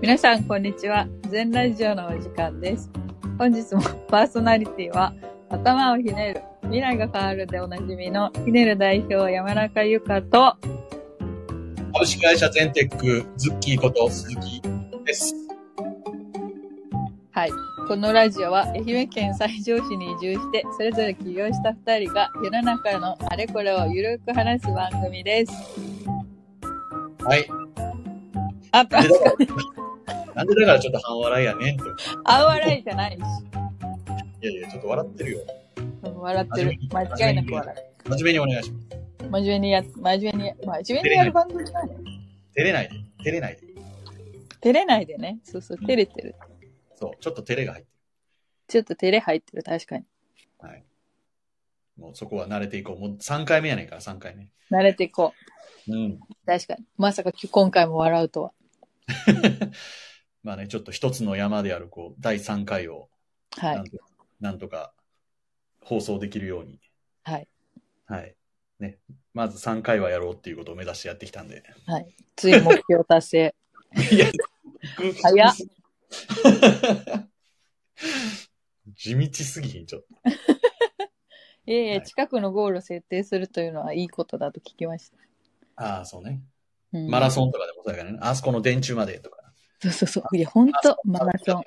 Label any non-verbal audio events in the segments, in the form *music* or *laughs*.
皆さん、こんにちは。全ラジオのお時間です。本日も *laughs* パーソナリティは、頭をひねる、未来が変わるでおなじみの、ひねる代表山中ゆかと、株式会社ゼンテック、ズッキーこと鈴木です。はい。このラジオは愛媛県西条市に移住して、それぞれ起業した2人が世の中のあれこれをゆるく話す番組です。はい。あ、なんでだから、 *laughs* なんでだからちょっと半笑いやねんと。あ笑いじゃないし。いやいや、ちょっと笑ってるよ。笑ってる。間違いなく笑真面目にお願いします。う。真面目にや、真面目に、真面目にやる番組なの照れないで。照れないで。照れないでね。そうそう、照れてる。そう。ちょっと照れが入ってちょっと照れ入ってる、確かに。る。はい。もうそこは慣れていこう。もう3回目やねんから、3回目。慣れていこうん。う。確かに。まさか今回も笑うとは。まあね、ちょっと一つの山である、こう、第3回を、はないん。となんとか放送できるように。はい。はい。ね。まず3回はやろうっていうことを目指してやってきたんで。はい。つい目標達成。早っ。 *laughs* 地道すぎひん、ちょっと。 *laughs* いやいはや、い近くのゴールを設定するというのはいいことだと聞きました。ああ、そうね。うんマラソンとかでもそうやからね。あそこの電柱までとか、そうそうそう。いや、ほんと、マラソン。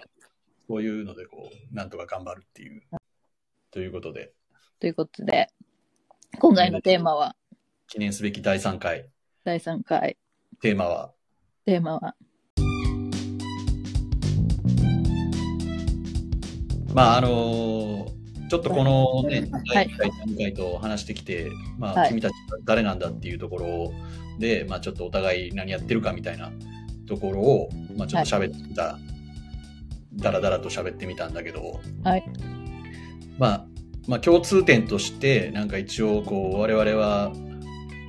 そういうので、こう、なんとか頑張るっていう。ということで、ということで、今回のテーマは、記念すべき第3回、第3回、テーマは、テーマは、まあ、あのーちょっとこのね、はい第1回、3回と話してきて、まはあ、い君たちが誰なんだっていうところで、まあ、ちょっとお互い何やってるかみたいなところを、まあ、ちょっと喋ってみた、だらだらと喋ってみたんだけど、はいまあ、まあ、共通点として、なんか一応、こう、我々は、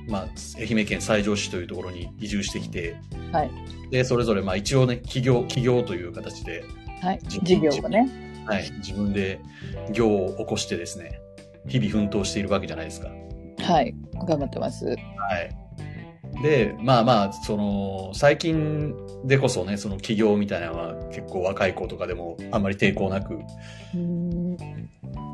まあ、愛媛県西条市というところに移住してきて、はいで、それぞれ、まあ、一応ね、起業、起業という形で、はい、じ授業をね。はい、自分で業を起こしてですね、日々奮闘しているわけじゃないですか。はい、頑張ってます。はい。で、まあまあ、その、最近でこそね、その起業みたいなのは結構若い子とかでもあんまり抵抗なく、うーん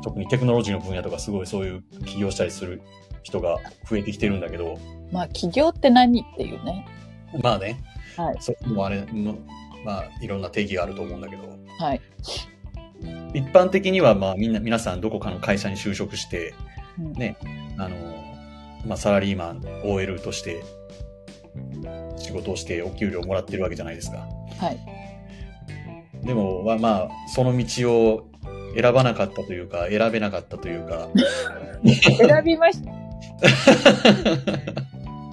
特にテクノロジーの分野とかすごいそういう起業したりする人が増えてきてるんだけど、まあ、起業って何っていうね。まあね、はいそこもあれも、まあいろんな定義があると思うんだけど、はい。一般的にはまあみんな、皆さんどこかの会社に就職して、うんねあの、まあ、サラリーマン、OL として、仕事をしてお給料もらってるわけじゃないですか。はい。でも、まあ、まあ、その道を選ばなかったというか、選べなかったというか、選びました。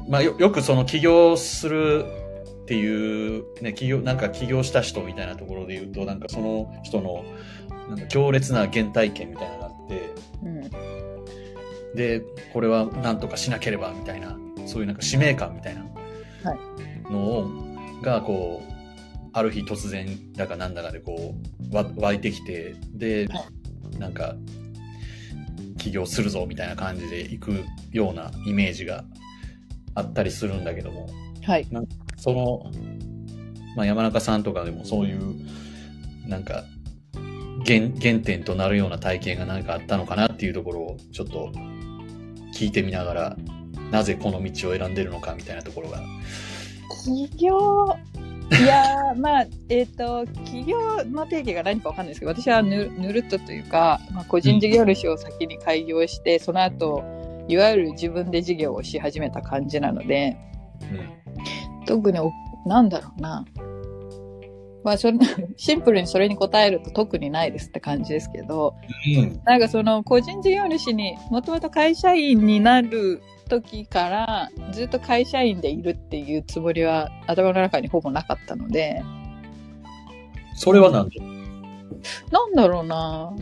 まあ、よよくその起業するっていう、ね、起業、なんか起業した人みたいなところで言うと、なんかその人の、なんか強烈な原体験みたいなのがあって、うん。でこれはなんとかしなければみたいなそういうなんか使命感みたいなのを、がこうある日突然だかなんだかでこうわ湧いてきてではなんか起業するぞみたいな感じで行くようなイメージがあったりするんだけどもはい。その、まあ、山中さんとかでもそういうなんか原原点となるような体験が何かあったのかなっていうところをちょっと聞いてみながらなぜこの道を選んでるのかみたいなところが起業。いやー、まあ、えっ、と、起業の定義が何かわかんないですけど、私はぬぬるっとというか、まあ、個人事業主を先に開業して、その後、いわゆる自分で事業をし始めた感じなので、特におなんだろうな、まあ、それシンプルにそれに答えると特にないですって感じですけどうん、うん、なんかその個人事業主にもともと会社員になる時からずっと会社員でいるっていうつもりは頭の中にほぼなかったのでそれはなんでなんだろうな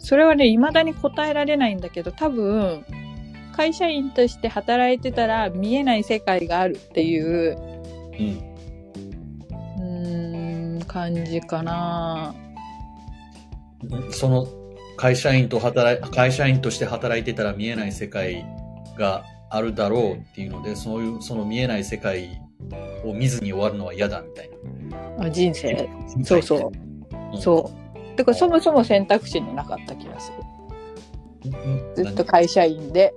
それはね未だに答えられないんだけど多分会社員として働いてたら見えない世界があるっていううんうーん感じかなその会社員と働い会社員として働いてたら見えない世界があるだろうっていうのでそういうその見えない世界を見ずに終わるのは嫌だみたいな。あ人生そうそううそうだからそもそも選択肢になかった気がすうん。るずっと会社員で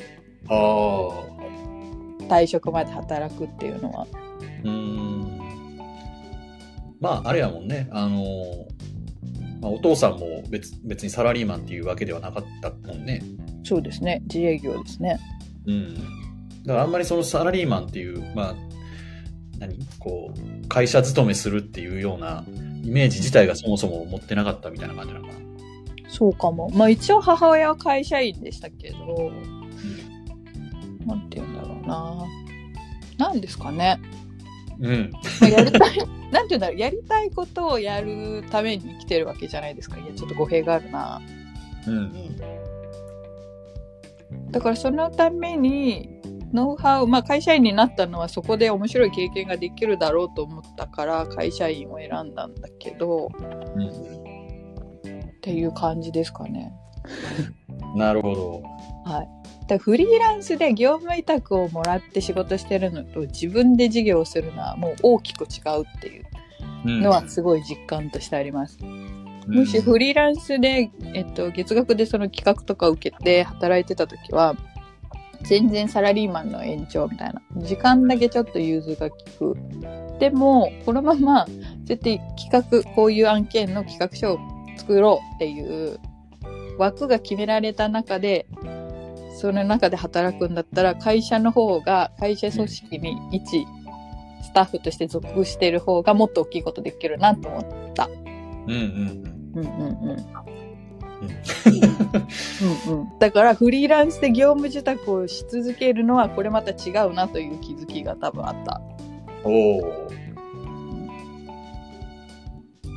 ああ。退職まで働くっていうのはうーんまああれやもんねあのー、まあ、お父さんも別別にサラリーマンっていうわけではなかったもんねそうですね自営業ですねうんだからあんまりそのサラリーマンっていうまあ何こう会社勤めするっていうようなイメージ自体がそもそも持ってなかったみたいな感じなのかなそうかもまあ一応母親は会社員でしたけどなんて言うんだろうななんですかねうんまあやりたい *laughs* なんて言うんだろうやりたいことをやるために生きてるわけじゃないですかいやちょっと語弊があるなうんだからそのためにノウハウ、まあ、会社員になったのはそこで面白い経験ができるだろうと思ったから会社員を選んだんだけどうんっていう感じですかね。なるほどだからフリーランスで業務委託をもらって仕事してるのと自分で事業をするのはもう大きく違うっていううんのはすごい実感としてあります。うんもしフリーランスで、えっと、月額でその企画とか受けて働いてた時は全然サラリーマンの延長みたいな時間だけちょっと融通が利くでもこのままそうやって企画こういう案件の企画書を作ろうっていう枠が決められた中でその中で働くんだったら会社の方が会社組織に一スタッフとして属している方がもっと大きいことできるなと思って。うんうんうんうんうんうんうんうんうん、だからフリーランスで業務受託をし続けるのはこれまた違うなという気づきが多分あったおお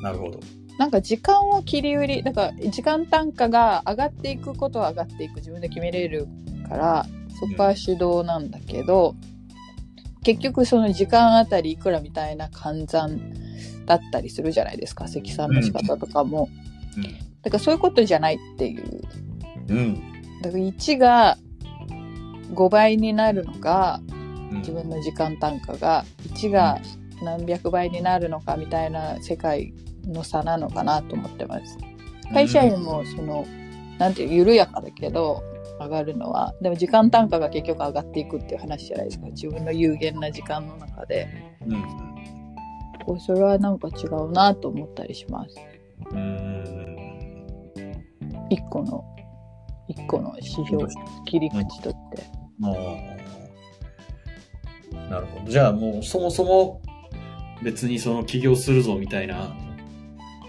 なるほどなんか時間を切り売りだから時間単価が上がっていくことは上がっていく自分で決めれるからそこは手動なんだけど、結局その時間あたりいくらみたいな換算だったりするじゃないですか積算の仕方とかも、うんだからそういうことじゃないっていううんだから1が5倍になるのかうん自分の時間単価が1が何百倍になるのかみたいな世界の差なのかなと思ってます。会社員もその、なんていう緩やかだけど上がるのはでも時間単価が結局上がっていくっていう話じゃないですか自分の有限な時間の中でうんこうそれはなんか違うなと思ったりしますうんうん1個の1個の指標切り口とって。あーなるほどじゃあもうそもそも別にその起業するぞみたいな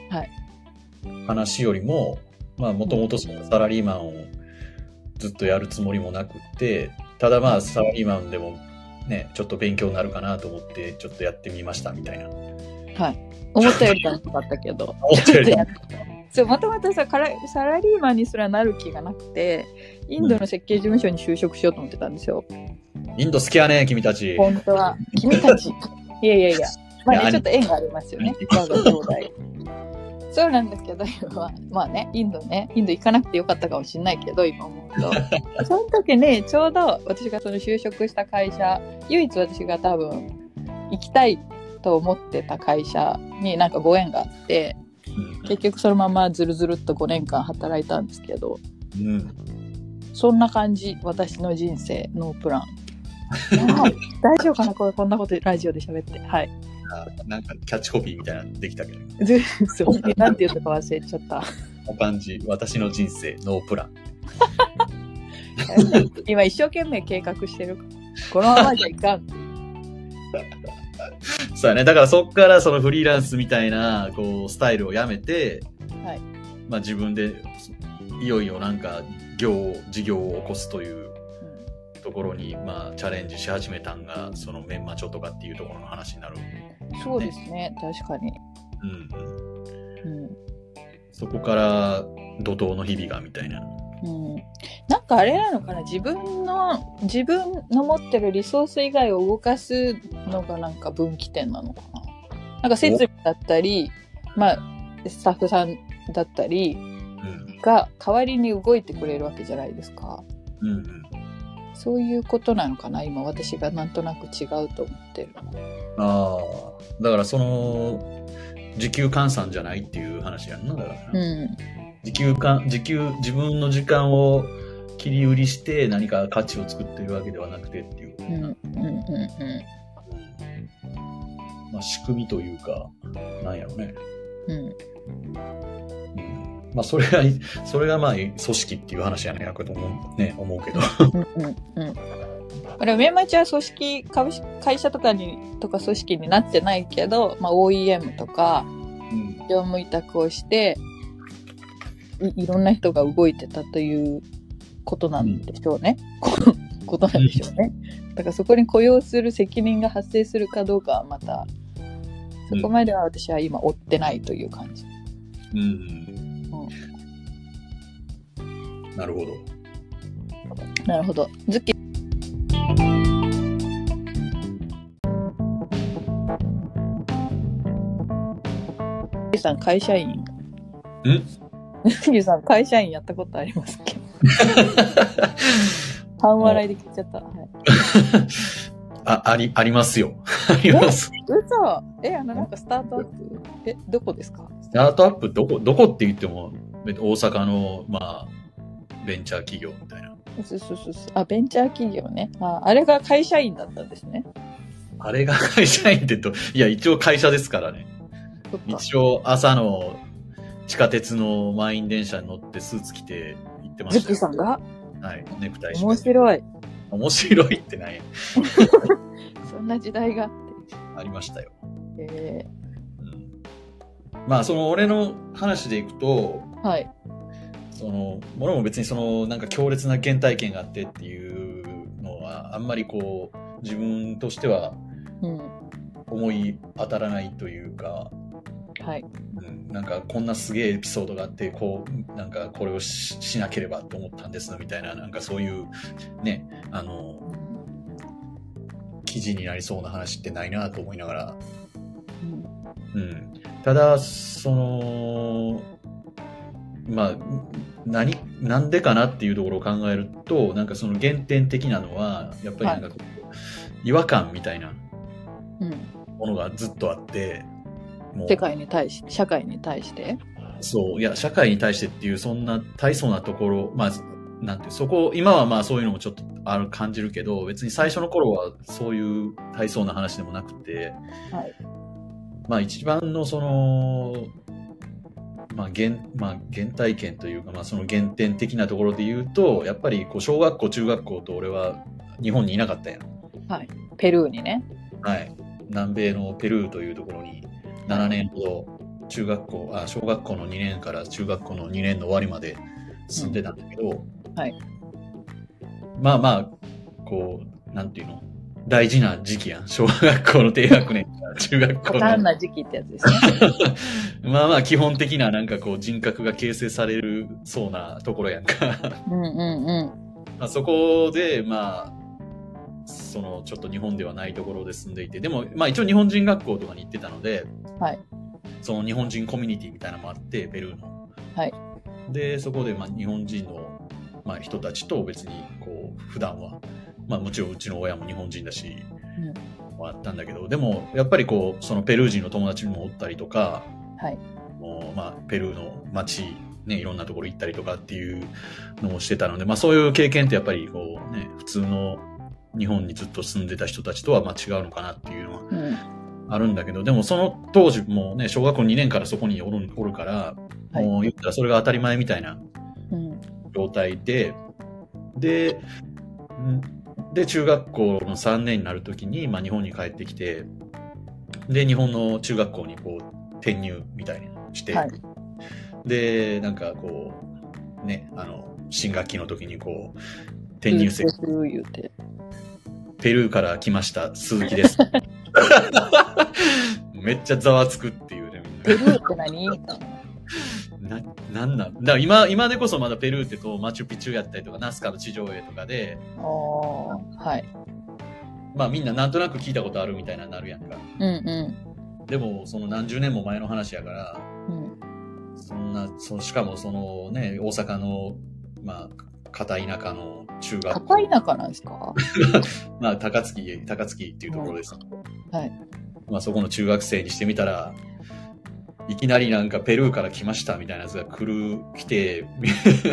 はい話よりもまあもともとそのサラリーマンをずっとやるつもりもなくってただまあサラリーマンでもねちょっと勉強になるかなと思ってちょっとやってみましたみたいな思ったより楽しかったけど思ったよりそうもともとさからサラリーマンにすらなる気がなくてインドの設計事務所に就職しようと思ってたんですよ、インド好きやね君たち本当は君たちいやいやいやまあいやねちょっと縁がありますよね我が兄弟そうなんですけど今はまあねインドねインド行かなくてよかったかもしれないけど今思うと *laughs* その時ねちょうど私がその就職した会社唯一私が多分行きたいと思ってた会社になんかご縁があって結局そのままずるずるっと5年間働いたんですけどうんうんそんな感じ、私の人生、ノープラン。はい *laughs* 大丈夫かなこれこんなことラジオで喋って。 *laughs* はい。あなんかキャッチコピーみたいなのできたけどずそうなんて言ったか忘れちゃった。 *laughs* この感じ私の人生ノープラン今一生懸命計画してるから。このままじゃいかん。そうやね。だからそっからそのフリーランスみたいな、こう、スタイルをやめて、はいまあ自分で、いよいよなんか、業を、事業を起こすというところに、まあ、チャレンジし始めたんが、そのメンマチョとかっていうところの話になる。そうですね、確かに。うん。うそこから、怒涛の日々が、みたいな。ん。うん、なんかあれなのかな自分の、自分の持ってるリソース以外を動かすのがなんか分岐点なのかな。なんか設備だったり、まあ、スタッフさんだったり、が代わりに動いてくれるわけじゃないですか。うんうん。そういうことなのかな今私がなんとなく違うと思ってるのはああ、だからその、時給換算じゃないっていう話やんな。だからなうん時給か、時給、自分の時間を切り売りして何か価値を作っているわけではなくてっていう。うんうんうんううんまあ、仕組みというか、なんやろうね。んうんうんまあ、それが、それがまあ、組織っていう話やねんやけども、ね、思うけど。うんうんうんあれめまちゃんは組織株式会社とかにとか組織になってないけど、まあ、OEM とかうん業務委託をしていいろんな人が動いてたということなんでしょうね。ことなんでしょうね。だからそこに雇用する責任が発生するかどうかはまたそこまでは私は今追ってないという感じ。うん。なるほど。 *laughs* なるほど。ズッキーさん会社員。んズッキーさん会社員やったことありますっけ半笑いで聞いちゃった。はい、あ、あり、ありますよ。 *laughs* あります。嘘え、あの、なんかスタートアップえ、どこですかスタートアップ、どこ、どこって言っても、大阪の、まあ、ベンチャー企業みたいな。そうそうそうそう。あ、ベンチャー企業ね。ああれが会社員だったんですね。あれが会社員ってと、いや、一応会社ですからね。そっか。一応、朝の地下鉄の満員電車に乗ってスーツ着て行ってまズしッたキーさよんがはい、ネクタイして。面白い。面白いってないそんな時代があっありましたよ。て。えうんまあ、その俺の話でいくと、ー、はい。その、俺も別にその、なんか強烈な原体験があってっていうのは、あんまりこう、自分としてはうん。思い当たらないというか、はい。うんなんかこんなすげえエピソードがあって、こう、なんかこれをししなければと思ったんですみたいな、なんかそういう、ね、あの、記事になりそうな話ってないなと思いながらうんうん、ただそのまあ何なんでかなっていうところを考えるとなんかその原点的なのはやっぱりなんかこう、違和感みたいなうんものがずっとあってもう世界に対して社会に対してそういや社会に対してっていうそんな大層なところまあなんてそこ今はまあそういうのもちょっとある感じるけど別に最初の頃はそういう大層な話でもなくて、はいまあ一番のその、まあ原、まあ原体験というか、まあその原点的なところで言うと、やっぱりこう小学校、中学校と俺は日本にいなかったやん。ペルーにねはい。南米のペルーというところに7年ほど中学校、あ、小学校の2年から中学校の2年の終わりまで住んでたんだけど、はい。まあまあ、こう、なんていうの大事な時期やん。小学校の低学年から中学校過の。単な時期ってやつですねまあまあ基本的ななんかこう人格が形成されるそうなところやんかうんうんうんまあそこでまあそのちょっと日本ではないところで住んでいてでもまあ一応日本人学校とかに行ってたので、はいその日本人コミュニティみたいなのもあってペルーの、はいでそこでまあ日本人の、まあ、人たちと別にこう普段はまあもちろんうちの親も日本人だし、もあったんだけどでもやっぱりこうそのペルー人の友達もおったりとかはいもう、まあ、ペルーの街、ね、いろんなところ行ったりとかっていうのをしてたので、まあ、そういう経験ってやっぱりこう、ね、普通の日本にずっと住んでた人たちとはまあ違うのかなっていうのはうんあるんだけど、でもその当時もうね、小学校2年からそこにおるおるから、はいもう言ったらそれが当たり前みたいなうん状態で、で、んで、中学校の3年になるときに、まあ、日本に帰ってきて、で、日本の中学校にこう、転入みたいにして、はいで、なんかこう、ね、あの、新学期の時にこう、転入生、ペルー言うてペルーから来ました、鈴木です。めっちゃざわつくっていうね、みんなペルーって何みたいなな、なんなんだから今、今でこそまだペルーってこう、マチュピチュやったりとか、ナスカの地上絵とかで、あーはいまあみんななんとなく聞いたことあるみたいなのになるやんか。うんうでも、その何十年も前の話やから、んうんそんな、そうしかもそのね、大阪の、まあ、片田舎の中学校高、い中なんですかまあ、高槻、高槻っていうところです。はい。まあ、そこの中学生にしてみたら、いきなりなんかペルーから来ましたみたいなやつが来る、来て、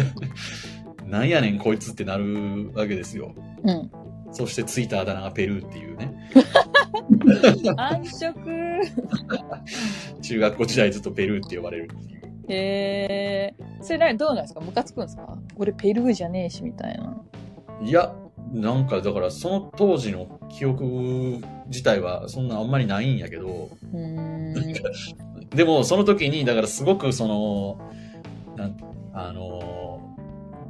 *laughs* なんやねんこいつってなるわけですよ。うん。そしてついたあだ名がペルーっていうね、暗色中学校時代ずっとペルーって呼ばれるっていう。へえそれ何どうなんですかムカつくんですか俺ペルーじゃねえしみたいないや、なんかだからその当時の記憶自体はそんなあんまりないんやけど、うーんでもその時にだからすごくそのなんあの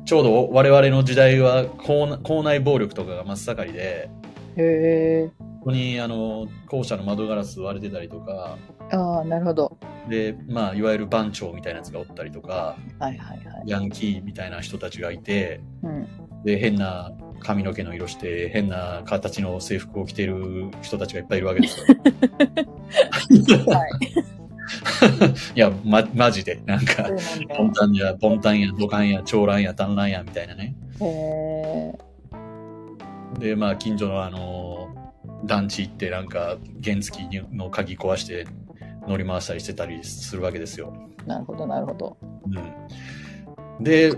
ちょうど我々の時代は校内校内暴力とかが真っ盛りでへえここにあの校舎の窓ガラス割れてたりとかああなるほどで、まあ、いわゆる番長みたいなやつがおったりとかはいはいはいヤンキーみたいな人たちがいてうんで変な髪の毛の色して変な形の制服を着てる人たちがいっぱいいるわけですよ。 *laughs* はい *laughs* いや、ま、マジでなんかそうなんだボンタンや、ボンタンや、ドカンや、長蘭や、短蘭や、みたいなね。へえで、まあ、近所のあの、団地行って、なんか、原付きの鍵壊して乗り回したりしてたりするわけですよ。なるほどなるほどうん。で、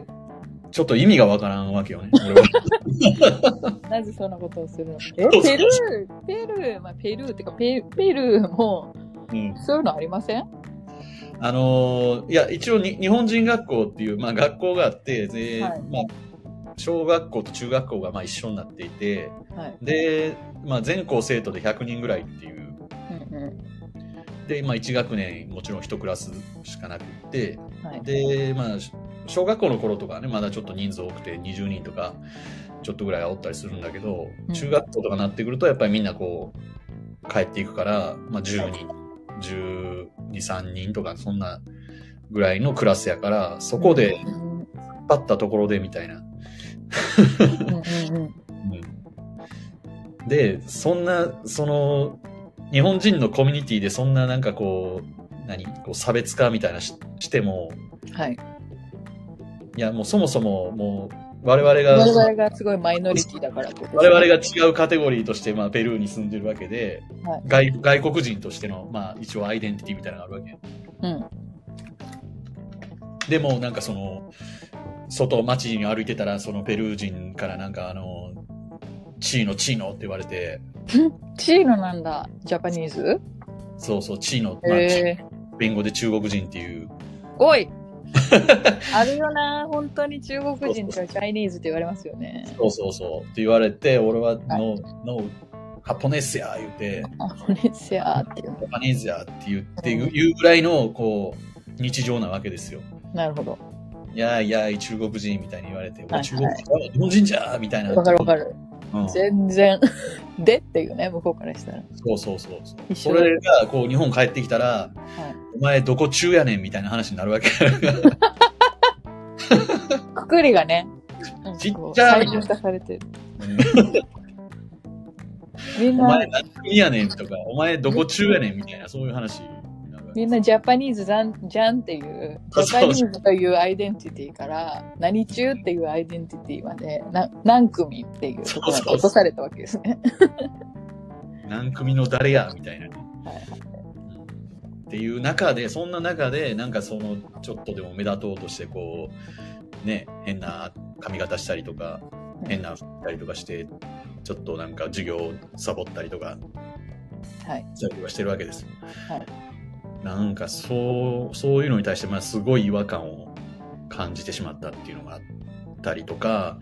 ちょっと意味がわからんわけよ *laughs* ね。俺はなぜそんなことをするのうそえうペルーペルーまあペルーってかペペルーもうん。そういうのありませんあのーいや、一応に、日本人学校っていう、まあ、学校があって、で、はいまあ、小学校と中学校がまあ一緒になっていて、はいで、まあ、全校生徒で100人ぐらいっていううんうで、まあ、1学年もちろん1クラスしかなくってんはいで、まあ、し小学校の頃とかねまだちょっと人数多くて20人とかちょっとぐらいはおったりするんだけどうん中学校とかなってくるとやっぱりみんなこう帰っていくから、まあ、10人1 2 3人とかそんなぐらいのクラスやからそこでうんうん引っ張ったところでみたいな。うんうんうんでそんなその日本人のコミュニティでそんななんかこう何こう差別化みたいなししてもはいいやもうそもそももう我々が我々がすごいマイノリティだからってこと我々が違うカテゴリーとして、まあ、ペルーに住んでるわけで、は外外国人としての、まあ、一応アイデンティティみたいなのがあるわうんけでもなんかその外街に歩いてたらそのペルー人からなんかあのチーノチーノって言われてチーノなんだジャパニーズそうそうチーノ、まあ、へえ弁護で中国人っていうお *laughs* いあるよな本当に中国人とかチャイニーズって言われますよねそうそうそうって言われて俺はノーノーハポネスや言うてあこれせやーっていうジャパニーズやって言っていうぐらいのこう日常なわけですよ。なるほどいやいやい中国人みたいに言われて、はい中国人日本人じゃーみたいな。わかるわかるうん全然 *laughs* でっていうね向こうからしたらそうそうそうそう。一そ緒だれがこう日本帰ってきたら、お前どこ中やねんみたいな話になるわけ。くくりがねちっちゃい細分化されてるうんみんお前な何国やねんとか、お前どこ中やねんみたいな、そういう話になるわけ。みんなジャパニーズざんじゃんっていうジそうャパニーズというアイデンティティから何中っていうアイデンティティまでな何組っていうところに落とされたわけですね何組の誰やみたいな。はいっていう中で、そんな中で、なんかその、ちょっとでも目立とうとして、こう、ね、変な髪型したりとか、変な服着たりとかして、ちょっとなんか授業をサボったりとか、はいしたりとかしてるわけですよ。はいなんか、そう、そういうのに対して、まあ、すごい違和感を感じてしまったっていうのがあったりとか、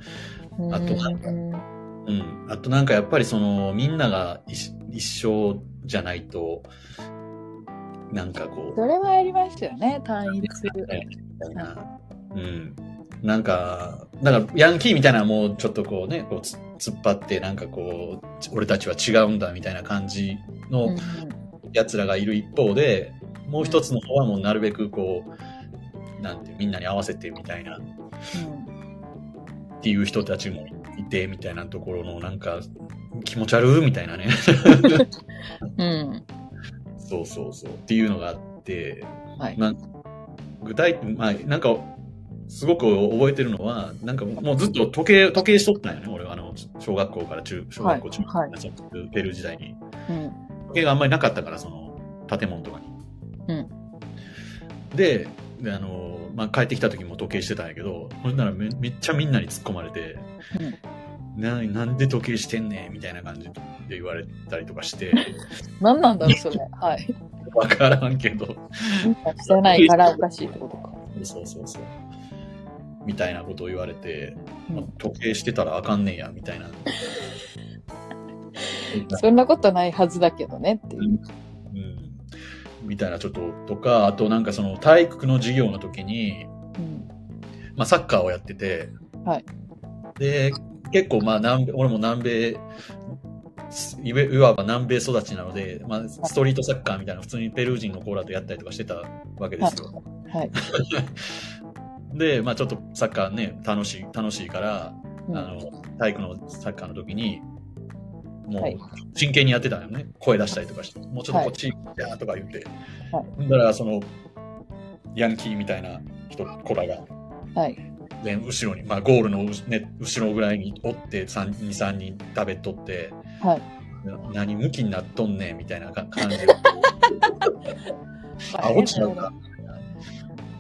あとなんかうんうん。あとなんかやっぱりその、みんなが一一緒じゃないと、なんかこう、それはありますよね、単一。みたいな。うん。なんか、なんかヤンキーみたいなのはもうちょっとこうね、こうつ突っ張って、なんかこう、ち俺たちは違うんだみたいな感じうんうのん奴らがいる一方で、もう一つの方はもうなるべくこう、なんてみんなに合わせてみたいなっていう人たちもいてみたいなところのなんか気持ち悪いみたいなね。うん。そうそうそう。っていうのがあって、はい。まあ、具体、まあ、なんか、すごく覚えてるのは、なんかもうずっと時計、時計しとったんやね。俺はあの、小学校から中、小学は校、い中学はい校、ペルー時代に。うん時計があんまりなかったから、その、建物とかに。うんで、であの、まあ、帰ってきた時も時計してたんやけど、ほんならめめっちゃみんなに突っ込まれて、ななんで時計してんねんみたいな感じで言われたりとかして、何なんだろうそれはいわからんけど。してないからおかしいってことかそうそうそう。みたいなことを言われて、うんまあ時計してたらあかんねんや、みた *laughs* いな。そんなことないはずだけどねっていううん、みたいなちょっととか、あとなんかその体育の授業の時に、うんまあ、サッカーをやってて、はいで結構まあ南米俺も南米いわいわば南米育ちなので、まあ、ストリートサッカーみたいな普通にペルー人のコーラとやったりとかしてたわけですよ。はいで、まあ、ちょっとサッカーね楽しい楽しいから、うんあの体育のサッカーの時にもはいう真剣にやってたのよね声出したりとかしてもうちょっとこっち行ってやとか言って、はほんだらそのヤンキーみたいな人子らがはいで後ろに、まあ、ゴールの、ね、後ろぐらいにおって23人食べとって、はいな何向きになっとんねんみたいなか感 *laughs* じであ落ちたんだっ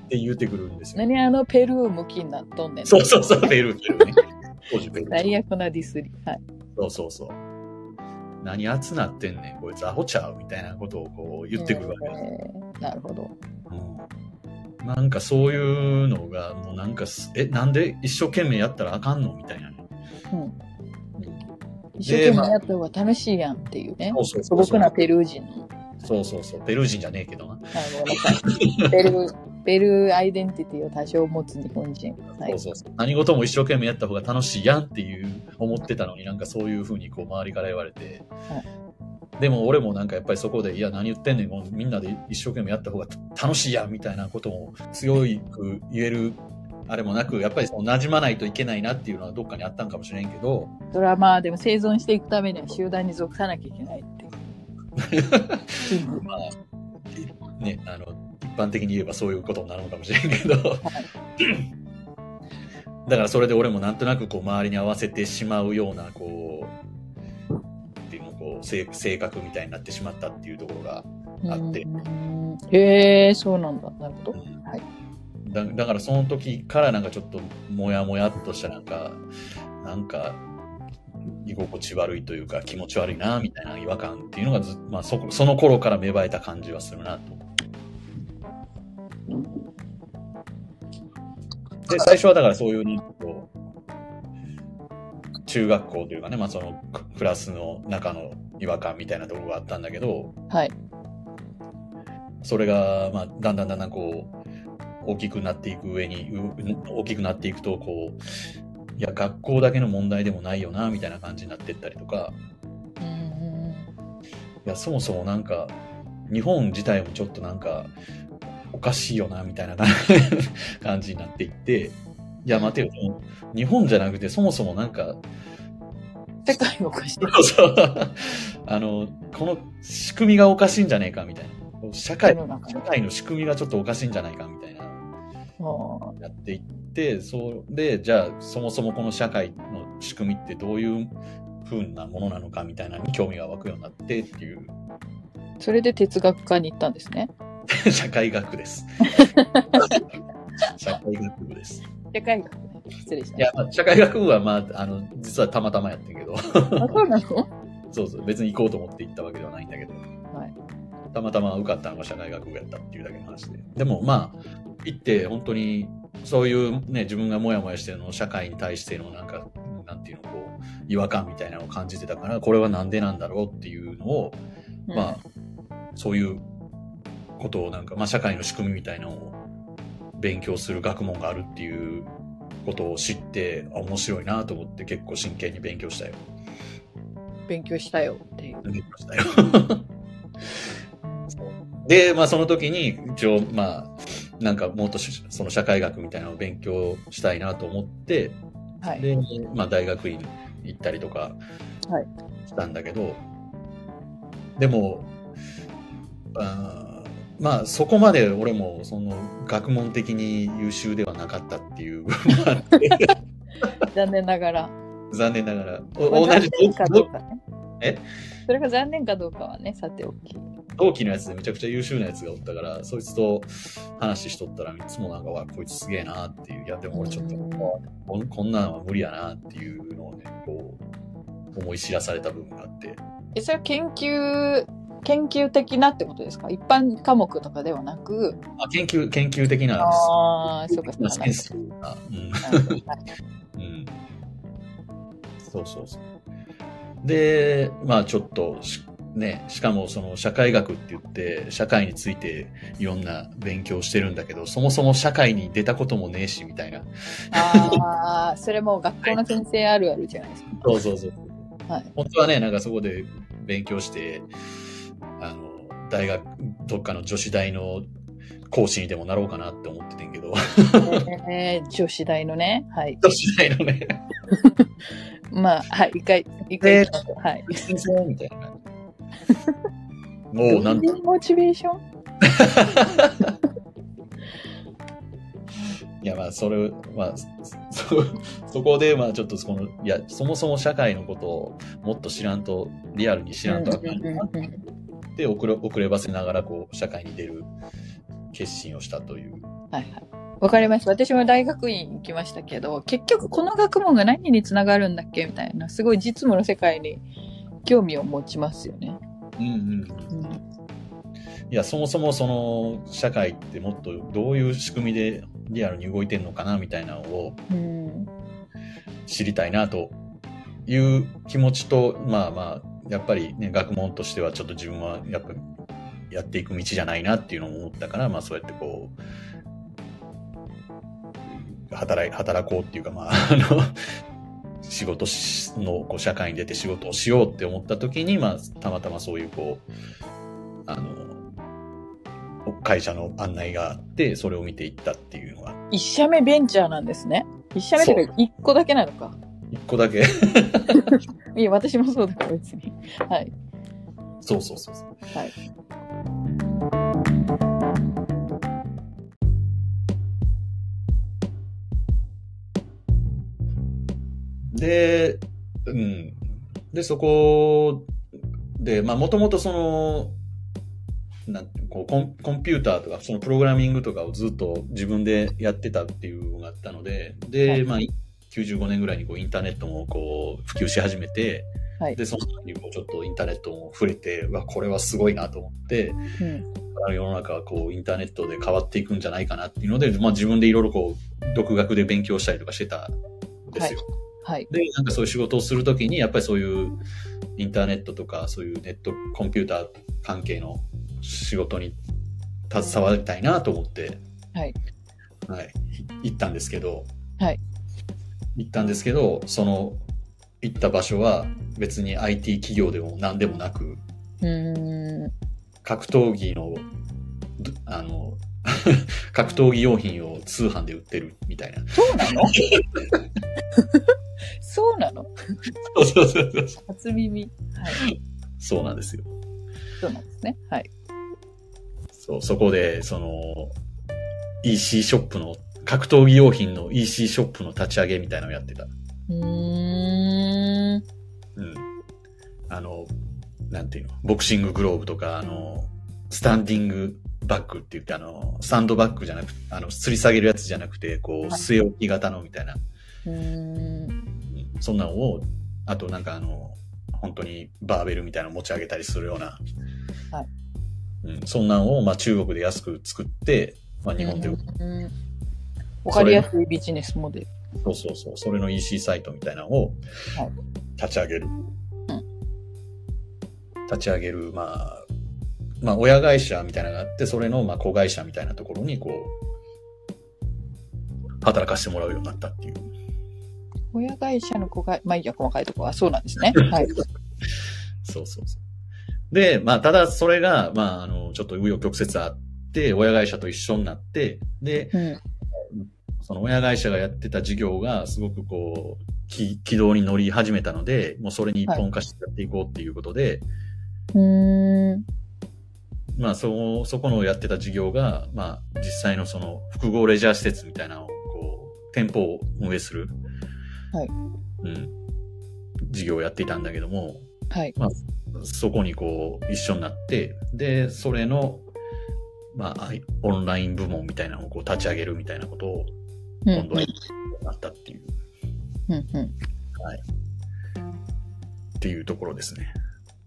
て言うてくるんですよ。何あのペルー向きになっとんねんそうそうそうペルーペルーね。当時ペルー最悪なディスりはいそうそうそう。何熱なってんねんこいつアホちゃうみたいなことをこう言ってくるわけです。えーなるほどうんなんかそういうのがもうなんかすえなんで一生懸命やったらあかんのみたいなね。うんうん一生懸命やった方が楽しいやんっていうねそうそう素そ朴うなペルー人のそうそうそう。ペルー人じゃねえけどな。はい、ごめんなさい。ペルー、ペルーアイデンティティを多少持つ日本人。はそ。いうそうそう。何事も一生懸命やった方が楽しいやんっていう思ってたのになんかそういうふうにこう周りから言われて。でも俺もなんかやっぱりそこで、いや何言ってんねん、もうみんなで一生懸命やった方が楽しいやんみたいなことを強く言えるあれもなく、やっぱりその馴染まないといけないなっていうのはどっかにあったんかもしれんけど、ドラマでも生存していくためには集団に属さなきゃいけないっていう。 *laughs* まあ、ね、あの、一般的に言えばそういうことになるのかもしれんけど。 *laughs* だからそれで俺もなんとなくこう周りに合わせてしまうような、こう、っていうのこう性性格みたいになってしまったっていうところが、あってうんへえ、そうなんだ。なるほど。はいだだからその時からなんかちょっともやもやっとしたなんか、なんか、居心地悪いというか気持ち悪いなみたいな違和感っていうのがず、まあ、そこその頃から芽生えた感じはするなと。で最初はだからそういうなんかこう中学校というかね、まあ、そのククラスの中の違和感みたいなところがあったんだけどはい。それが、まあ、だんだんだんだんこう、大きくなっていく上に、う大きくなっていくと、こう、いや、学校だけの問題でもないよな、みたいな感じになってったりとか、うんいや、そもそもなんか、日本自体もちょっとなんか、おかしいよな、みたいな感じ *laughs* 感じになっていって、いや、待てよ、その日本じゃなくて、そもそもなんか、 *laughs* 世界おかしい。そうあの、この仕組みがおかしいんじゃねえか、みたいな。社会世、の中社で会の仕組みがちょっとおかしいんじゃないか、みたいな。もやっていってそうでじゃあそもそもこの社会の仕組みってどういう風なものなのかみたいなのに興味が湧くようになってっていうう *laughs* それで哲学科に行ったんですね。社会学です社会学部ですい社会学ね。失礼しましや、まあ社会学部はまああの実はたまたまやってんけどた。あ、そうなのそうそう別に行こうと思って行ったわけではないんだけど、いたまたま受かったのが社会学部やったっていうだけの話ででもまあ行って本当にそういうね自分がモヤモヤしてるのを社会に対してのなんかなんていうのこう違和感みたいなのを感じてたからこれはなんでなんだろうっていうのを、まあそういうことをなんか、まあ、社会の仕組みみたいなのを勉強する学問があるっていうことを知ってあ面白いなと思って結構真剣に勉強したよ。うん勉強したよっていう。出てましたよ。 *laughs* で、まあその時に一応まあなんかもっとしその社会学みたいなのを勉強したいなと思って、はい。で、まあ大学院行ったりとかはいしたんだけど、でも、あーまあそこまで俺もその学問的に優秀ではなかったっていう *laughs* 部分もあって残念ながら。残念ながらまあお同じ残念かどうかね。えそれが残念かどうかはね、さておき。同期のやつでめちゃくちゃ優秀なやつがおったからそいつと話しとったらいつもなんかわこいつすげえなっていういやでも俺ちょっとうんこんこんなんは無理やなっていうのをねこう思い知らされた部分があってえ、それは研究、研究的なってことですか一般科目とかではなく。あ研究研究的なああ、そうか、そうまあかセ。ンスというかうんなるほどはいうんそうそうそう。で、まあちょっとし、ね、しかもその社会学って言って、社会についていろんな勉強してるんだけど、そもそも社会に出たこともねえし、みたいな。ああ、それもう学校の先生あるあるじゃないですか。そうそうそう。はい本当はね、なんかそこで勉強して、あの、大学、どっかの女子大の講師にでもなろうかなって思っててんけ *laughs* ど、えー女子大のね。はい。女子大のね、まあ、はい、一回、一え回ー、はい。先生みたいな *laughs* 感じ。もう、なんどういうモチベーションいやまあそ *laughs* れまあそそこでまあちょっとこのいやそもそも社会のことをもっと知らんとリアルに知らんとあかんなうんうんうんで遅れ遅ればせながらこう社会に出る決心をしたというはいはい。わかりました。私も大学院行きましたけど、結局この学問が何につながるんだっけみたいな、すごい実務の世界に興味を持ちますよね。うんうんうんいやそもそもその社会ってもっとどういう仕組みでリアルに動いてるのかなみたいなのをうん。知りたいなという気持ちとまあまあやっぱりね学問としてはちょっと自分はやっぱやっていく道じゃないなっていうのを思ったからまあそうやってこう働い働こうっていうかまああの仕事しのこう社会に出て仕事をしようって思った時にまあたまたまそういうこうあの会社の案内があってそれを見ていったっていうのが一社目ベンチャーなんですね。一社目というか一個だけなのか。一個だけ *laughs* いや、私もそうだから別に。はい。そうそうそうそうはい。で、うん。で、そこで、まあ、もともとその、なんてこうコン、コンピューターとか、そのプログラミングとかをずっと自分でやってたっていうのがあったので、で、はいまあ、95年ぐらいにこうインターネットもこう普及し始めて、はいで、その時にこうちょっとインターネットも触れて、うわ、これはすごいなと思って、うん。世の中はこうインターネットで変わっていくんじゃないかなっていうので、まあ、自分でいろいろこう独学で勉強したりとかしてたんですよ。はいはい。で、なんかそういう仕事をするときに、やっぱりそういうインターネットとか、そういうネット、コンピューター関係の仕事に携わりたいなと思って、はい。はい、行ったんですけど、はい。行ったんですけど、その、行った場所は別に IT 企業でも何でもなく、うーん。格闘技の、どあの、 *laughs* 格闘技用品を通販で売ってるみたいな。そうなのそうなのそうそうそうそう。初耳。はい。そうなんですよ。そうなんですね。はい。そう、そこで、その、EC ショップの、格闘技用品の EC ショップの立ち上げみたいなのをやってた。うーん。うん。あの、なんていうの、ボクシンググローブとか、あの、スタンディングバッグって言って、あの、サンドバッグじゃなくて、あの、吊り下げるやつじゃなくて、こ、いう据え置き型のみたいな、うーん。うんそんなのを、あとなんかあの、本当にバーベルみたいなの持ち上げたりするような、はいうん、そんなのを、まあ、中国で安く作って、まあ、日本で売っうんわかりやすいビジネスモデル。そうそうそう、それの EC サイトみたいなのをはい立ち上げる。う立ち上げる、まあ、まあ、親会社みたいなのがあって、それのまあ子会社みたいなところに、こう、働かせてもらうようになったっていう。親会社の子が、まあいいや、細かいとこは、そうなんです *laughs* ね。はい。そうそうそう。で、まあ、ただそれが、まあ、あの、ちょっと紆余曲折あって、親会社と一緒になって、で、うん。その親会社がやってた事業がすごくこう、き軌道に乗り始めたので、もうそれに一本化してやっていこうっていうことで、うーん。まあ、そ、そこのやってた事業が、まあ、実際のその複合レジャー施設みたいなのを、こう、店舗を運営する。はいうん。事業をやっていたんだけども、はい。まあ、そこにこう、一緒になって、で、それの、まあ、はいオンライン部門みたいなのをこう立ち上げるみたいなことを、うん今度はうなったっていう、んうんうんっていうところですね。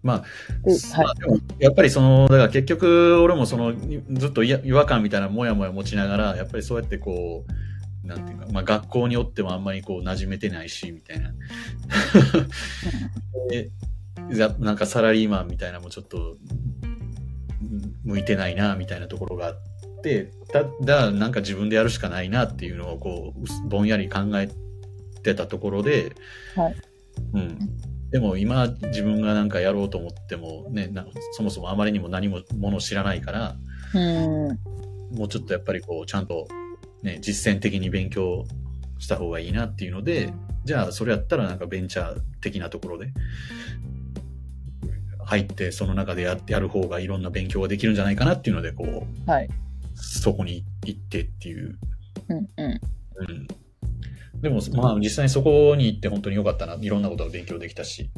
まあ、はいまあでもやっぱりその、だから結局、俺もその、いずっといや違和感みたいなもやもや持ちながら、やっぱりそうやってこう、なんていうか、まあ学校によってもあんまりこう、馴染めてないし、みたいな。でやなんかサラリーマンみたいなのもちょっと、うん向いてないな、みたいなところがあって、ただ、なんか自分でやるしかないなっていうのをこううす、ぼんやり考えてたところで、はいうん。でも今自分がなんかやろうと思ってもね、なそもそもあまりにも何もものを知らないから、うんもうちょっとやっぱりこうちゃんとね、実践的に勉強した方がいいなっていうので、じゃあそれやったらなんかベンチャー的なところで入ってその中でややる方がいろんな勉強ができるんじゃないかなっていうので、こう、はいそこに行ってっていう。うんうんうん。でもまあ実際にそこに行って本当に良かったな。いろんなことが勉強できたし。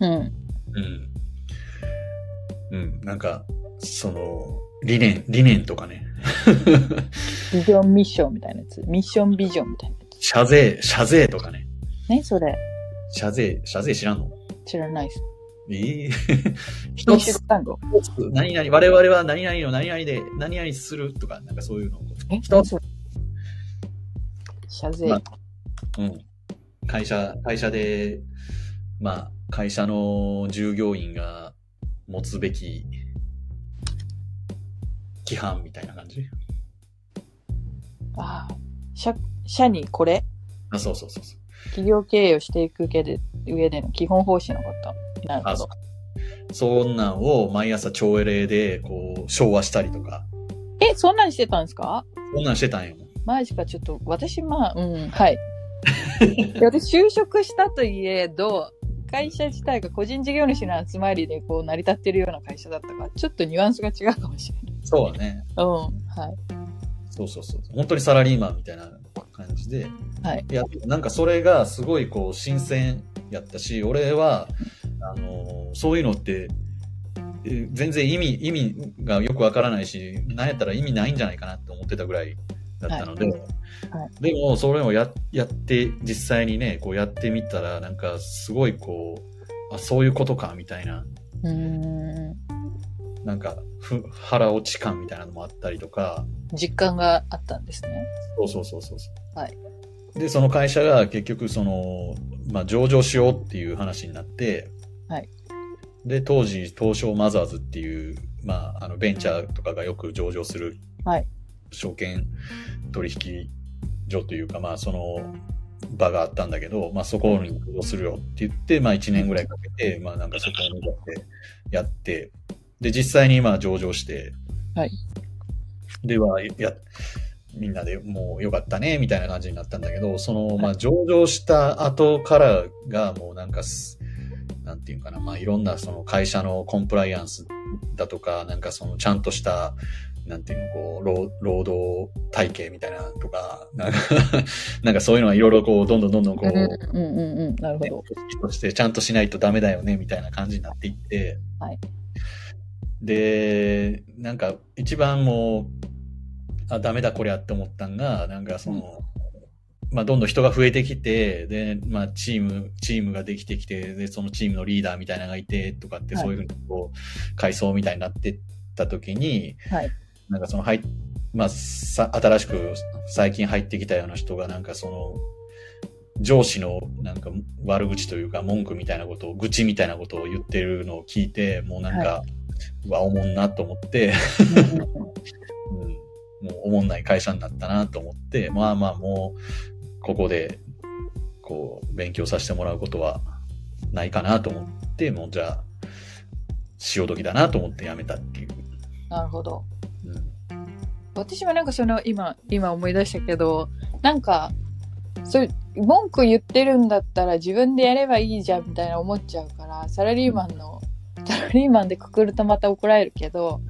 うんうん。うん、なんか、その、理念、理念とかね。ビジョンミッションみたいなやつミッションビジョンみたいなや謝税、謝税とかね。つねそれ謝税、謝税知らんの知らないですええ *laughs* 一一つつ、単語何々、我々は何々の何々で、何々するとか、なんかそういうのを、え一つそれ謝罪まうん。会社、会社で、まあ、会社の従業員が持つべき規範みたいな感じああ社社にこれあ、そうそうそうそう。企業経営をしていく上で上での基本方針のことなるほあどそうそんなんを毎朝朝礼でこう昭和したりとか、えそんなんしてたんですかそんなんしてたんよ。マジかちょっと私まあうんはいで私就職したといえど会社自体が個人事業主の集まりでこう成り立ってるような会社だったからちょっとニュアンスが違うかもしれないそうだね。うんはいそうそうそう。本当にサラリーマンみたいな感じで。はい。や、なんかそれがすごいこう新鮮やったし、俺は、あのーそういうのって、えー全然意味、意味がよくわからないし、なんやったら意味ないんじゃないかなって思ってたぐらいだったので、はいはでも、それをや、やって、実際にね、こうやってみたら、なんかすごいこう、あ、そういうことか、みたいな。うーんなんか、ふ腹落ち感みたいなのもあったりとか、実感があったんですねそうそうそうそうそう。はい。で、その会社が結局、その、まあ、上場しようっていう話になって、はい。で、当時、東証マザーズっていう、まあ、あの、ベンチャーとかがよく上場する、はい。証券取引所というか、まあ、その場があったんだけど、まあ、そこに上場するよって言って、まあ、1年ぐらいかけて、まあ、なんかそこを目指ってやって、で、実際に今上場して、はい。では、や、みんなでもうよかったね、みたいな感じになったんだけど、その、まあ、上場した後からが、もうなんかす、なんていうかな、まあ、いろんなその会社のコンプライアンスだとか、なんかそのちゃんとした、なんていうの、こう、労労働体系みたいなとか、なんか、 *laughs* なんかそういうのはいろいろこう、どんどんどんどんこうんう、うんうんうんなるほど組織としてちゃんとしないとダメだよねみたいな感じになっていって、はいでなんか一番もうあダメだこりゃって思ったんがなんかその、まあ、どんどん人が増えてきてで、まあ、チームチームができてきてでそのチームのリーダーみたいなのがいてとかって、はいそういうふうにこう階層みたいになってった時に、はいなんかその入っ、まあ、さ新しく最近入ってきたような人がなんかその上司のなんか悪口というか文句みたいなことを愚痴みたいなことを言ってるのを聞いてもうなんか、うわおもんなと思って、うんうんうんうん、もうおもんない会社になったなと思ってまあまあもうここでこう勉強させてもらうことはないかなと思ってもうじゃあ潮時だなと思って辞めたっていう。 *laughs* なるほどうん私はなんかその今今思い出したけどなんかそういう文句言ってるんだったら自分でやればいいじゃんみたいな思っちゃうからサラリーマンのサラリーマンでくくるとまた怒られるけど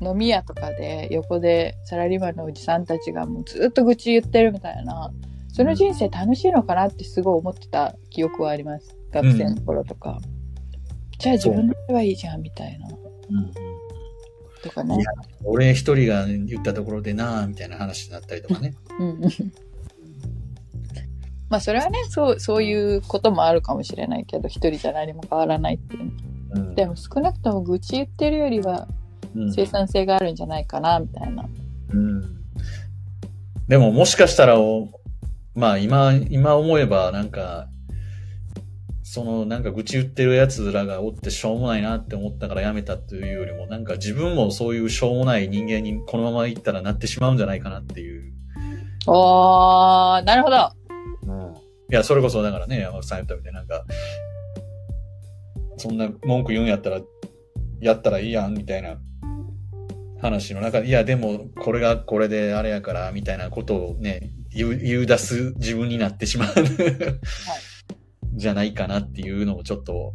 飲み屋とかで横でサラリーマンのおじさんたちがもうずっと愚痴言ってるみたいなその人生楽しいのかなってすごい思ってた記憶はあります学生の頃とか、じゃあ自分のればいいじゃんみたいなうんとかねいや俺一人が言ったところでなあみたいな話になったりと *laughs* かね。うんまあそれはねそうそういうこともあるかもしれないけど一人じゃ何も変わらないっていううんでも少なくとも愚痴言ってるよりはうん生産性があるんじゃないかなみたいなうんでももしかしたらお、まあ今、今思えばなんか、そのなんか愚痴言ってる奴らがおってしょうもないなって思ったからやめたというよりも、なんか自分もそういうしょうもない人間にこのままいったらなってしまうんじゃないかなっていう。おーなるほどいや、それこそだからね、山口さん言ったみたいになんか、そんな文句言うんやったら、やったらいいやん、みたいな話の中で、いや、でも、これがこれであれやから、みたいなことをね、言う、言う出す自分になってしまう、じゃないかなっていうのもちょっと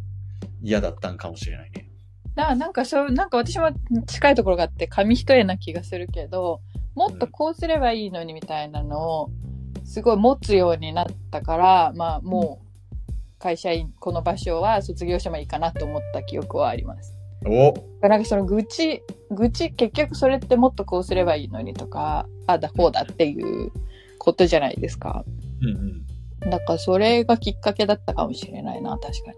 嫌だったんかもしれないね。ななんかそうなんか私も近いところがあって紙一重な気がするけどもっとこうすればいいのにみたいなのをすごい持つようになったからまあもう会社員この場所は卒業してもいいかなと思った記憶はあります。おなんかその愚痴愚痴結局それってもっとこうすればいいのにとかあだこうだっていうことじゃないですか。うんうん。だからそれがきっかけだったかもしれないな確かに。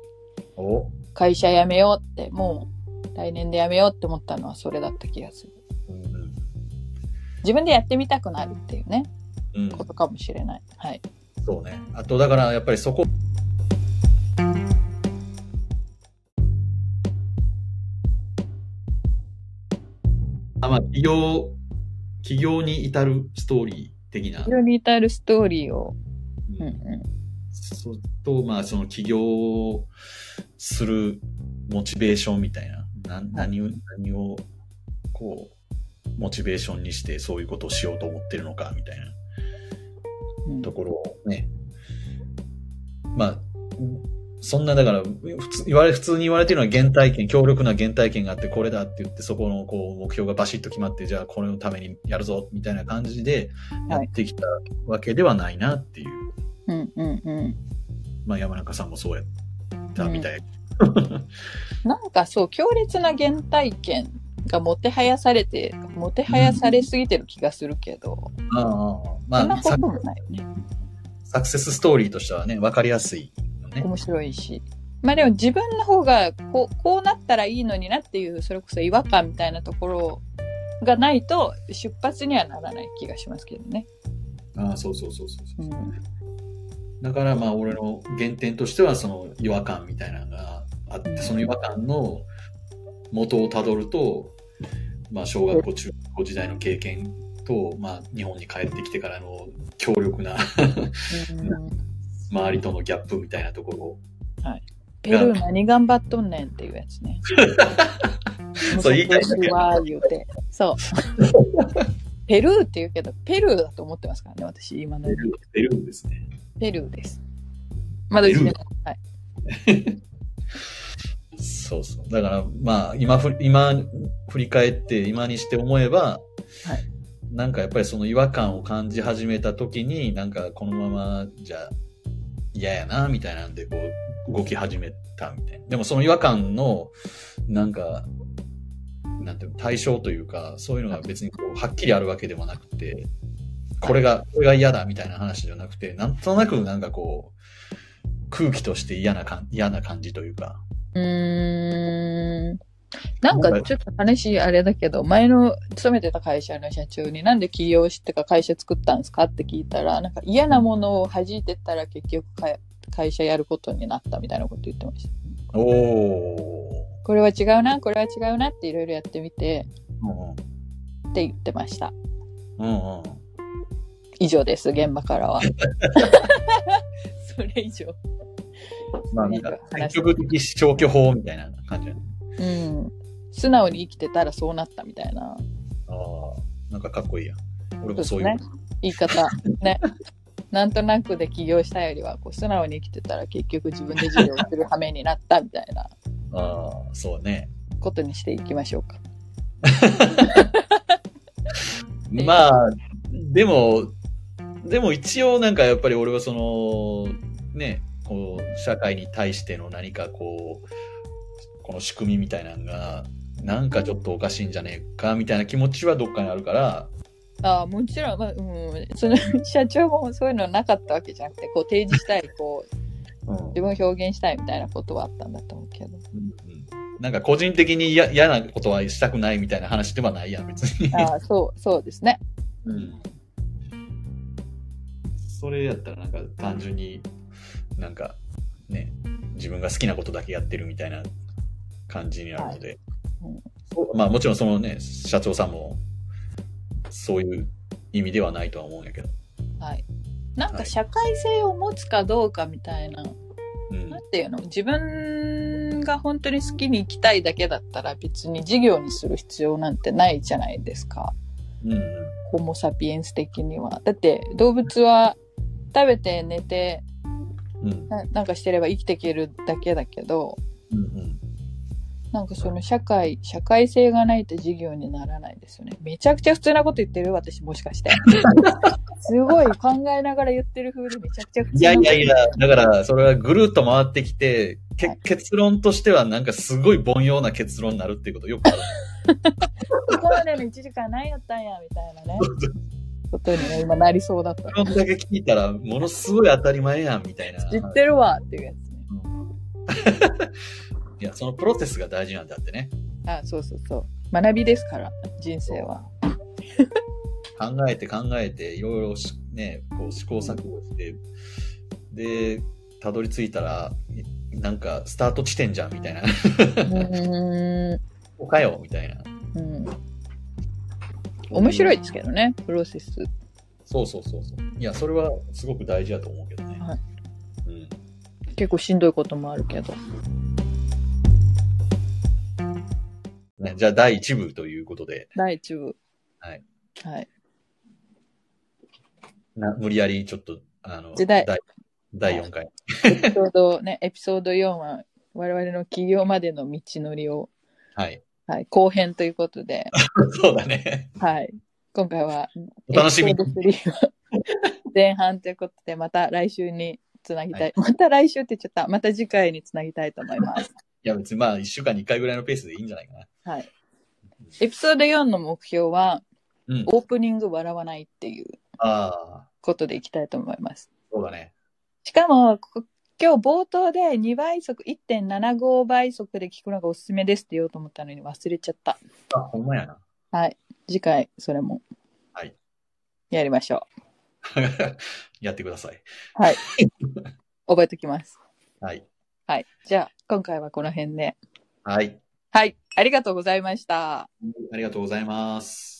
お会社辞めようってもう来年で辞めようって思ったのはそれだった気がするうんうん。自分でやってみたくなるっていうねうんことかもしれないはいそうね。あと、だから、やっぱりそこ。あまあ、企業、企業に至るストーリー的な非。常に至るストーリーを、ううんんうそうと、まあ、その起業するモチベーションみたいな、な何を、何を、こう、モチベーションにしてそういうことをしようと思ってるのか、みたいな。んうんところをね、まあ、そんなだから、普通言われ普通に言われてるのは原体験、強力な原体験があって、これだって言って、そこのこう目標がバシッと決まって、じゃあこれのためにやるぞ、みたいな感じでやってきたわけではないなっていう、うんうんうんまあ山中さんもそうやったみたい。なんかそう強烈な原体験がもてはやされてもてはやされすぎてる気がするけど、 *laughs* ああそんまなあこサとク、もないよねサクセスストーリーとしてはね、わかりやすいよね。面白いしまあでも自分の方がこうこうなったらいいのになっていうそれこそ違和感みたいなところがないと出発にはならない気がしますけどね。ああ、そうそうそうそううそう。ん、だからまあ俺の原点としてはその違和感みたいなのがあってその違和感の元をたどるとまあ小学校中学校時代の経験とまあ日本に帰ってきてからの強力な *laughs* うん周りとのギャップみたいなところペルー何頑張っとんねんっていうやつね。 *laughs* そう言いたいんだけど昔は言うて。 *laughs* そう。ペルーって言うけど、ペルーだと思ってますからね、私、今の出る出るんですね。ペルーです。まだうちでもはい。そうそう。だからまあ今ふ今振り返って今にして思えば、はいなんかやっぱりその違和感を感じ始めた時になんかこのままじゃ嫌やなみたいなんでこう動き始めたみたいな。でもその違和感のなんかなんていうの対象というかそういうのが別にこうはっきりあるわけでもなくてこれがこれが嫌だみたいな話じゃなくてなんとなくなんかこう空気として嫌な感嫌な感じというか。うーん。なんかちょっと話あれだけど、前の勤めてた会社の社長になんで起業してか会社作ったんですかって聞いたら、なんか嫌なものを弾いてったら結局か会社やることになったみたいなこと言ってました。おお。これは違うな、これは違うなっていろいろやってみてうって言ってました。んうん。うん以上です、現場から *laughs* は。それ以上。まあなんか、積極的消去法みたいな感じやねうん。素直に生きてたらそうなったみたいなああ、なんかかっこいいやん。俺もそういう。そうで言い方。ね。なんとなくで起業したよりはこう素直に生きてたら結局自分で事業をする羽目になったみたいなああ、そうね。ことにしていきましょうか。まあ、でも、でも一応なんかやっぱり俺はその、ね、こう、社会に対しての何かこう、この仕組みみたいなのが、なんかちょっとおかしいんじゃねえかみたいな気持ちはどっかにあるから、ああもちろん、まあうん、その社長もそういうのなかったわけじゃなくてこう提示したいこううん自分を表現したいみたいなことはあったんだと思うけどなんか個人的に嫌嫌なことはしたくないみたいな話ではないやん、別に。ああそうそうですねうんそれやったらなんか単純になんかね自分が好きなことだけやってるみたいな感じになるので、はいうんそうまあもちろんそのね社長さんもそういう意味ではないとは思うんやけど、はいなんはかい社会性を持つかどうかみたいな、うんなんていうの自分が本当に好きに生きたいだけだったら別に事業にする必要なんてないじゃないですかうんうんホモ・サピエンス的にはだって動物は食べて寝てうんななんかしてれば生きていけるだけだけどうんうんなんかその社会社会性がないと事業にならないですよねめちゃくちゃ普通なこと言ってる私もしかして *laughs* すごい考えながら言ってる風でめちゃくちゃ普通いやいやいや、だから、それはぐるっと回ってきて、けはい結論としては、なんかすごい凡庸な結論になるっていうことよくある。 *laughs* ここまでの1時間何やったんやみたいなねことにね今なりそうだった結論だけ聞いたら、ものすごい当たり前やん、みたいな。知ってるわっていうやつねいや、そのプロセスが大事なんだってね。あそうそうそう学びですから人生は考えて考えて、いろいろしね、こう試行錯誤して、で、たどり着いたら、なんかスタート地点じゃんみたいな。 *laughs* うーんおかよみたいな。うん面白いですけどねプロセスそうそうそうそう。いや、それはすごく大事だと思うけどね。はいうん。結構しんどいこともあるけどね、じゃあ、第1部ということで、第一部はい、はい、な無理やりちょっと、あの、時代第第4回。エピソードね *laughs* エピソード4は我々の起業までの道のりを、はい。はい、後編ということで、 *laughs* そうだね。はい、今回はお楽しみエにピ。ソード3は *laughs* 前半ということでまた来週につなぎたい、また来週って言っちゃったまた次回につなぎたいと思い *laughs* ますいや、別にまあ、1週間に1回ぐらいのペースでいいんじゃないかな。はい。エピソード4の目標は、うん。オープニング笑わないっていうああ、ことでいきたいと思います。そうだね。しかも、ここ今日冒頭で2倍速、1.75倍速で聞くのがおすすめですって言おうと思ったのに忘れちゃった。あ、ほんまやな。 *laughs* 次回、それも。はい。やりましょやってください。う。はい。覚えときます。はい。はい。じゃあ、今回はこの辺で。はい。はい。ありがとうございました。ありがとうございます。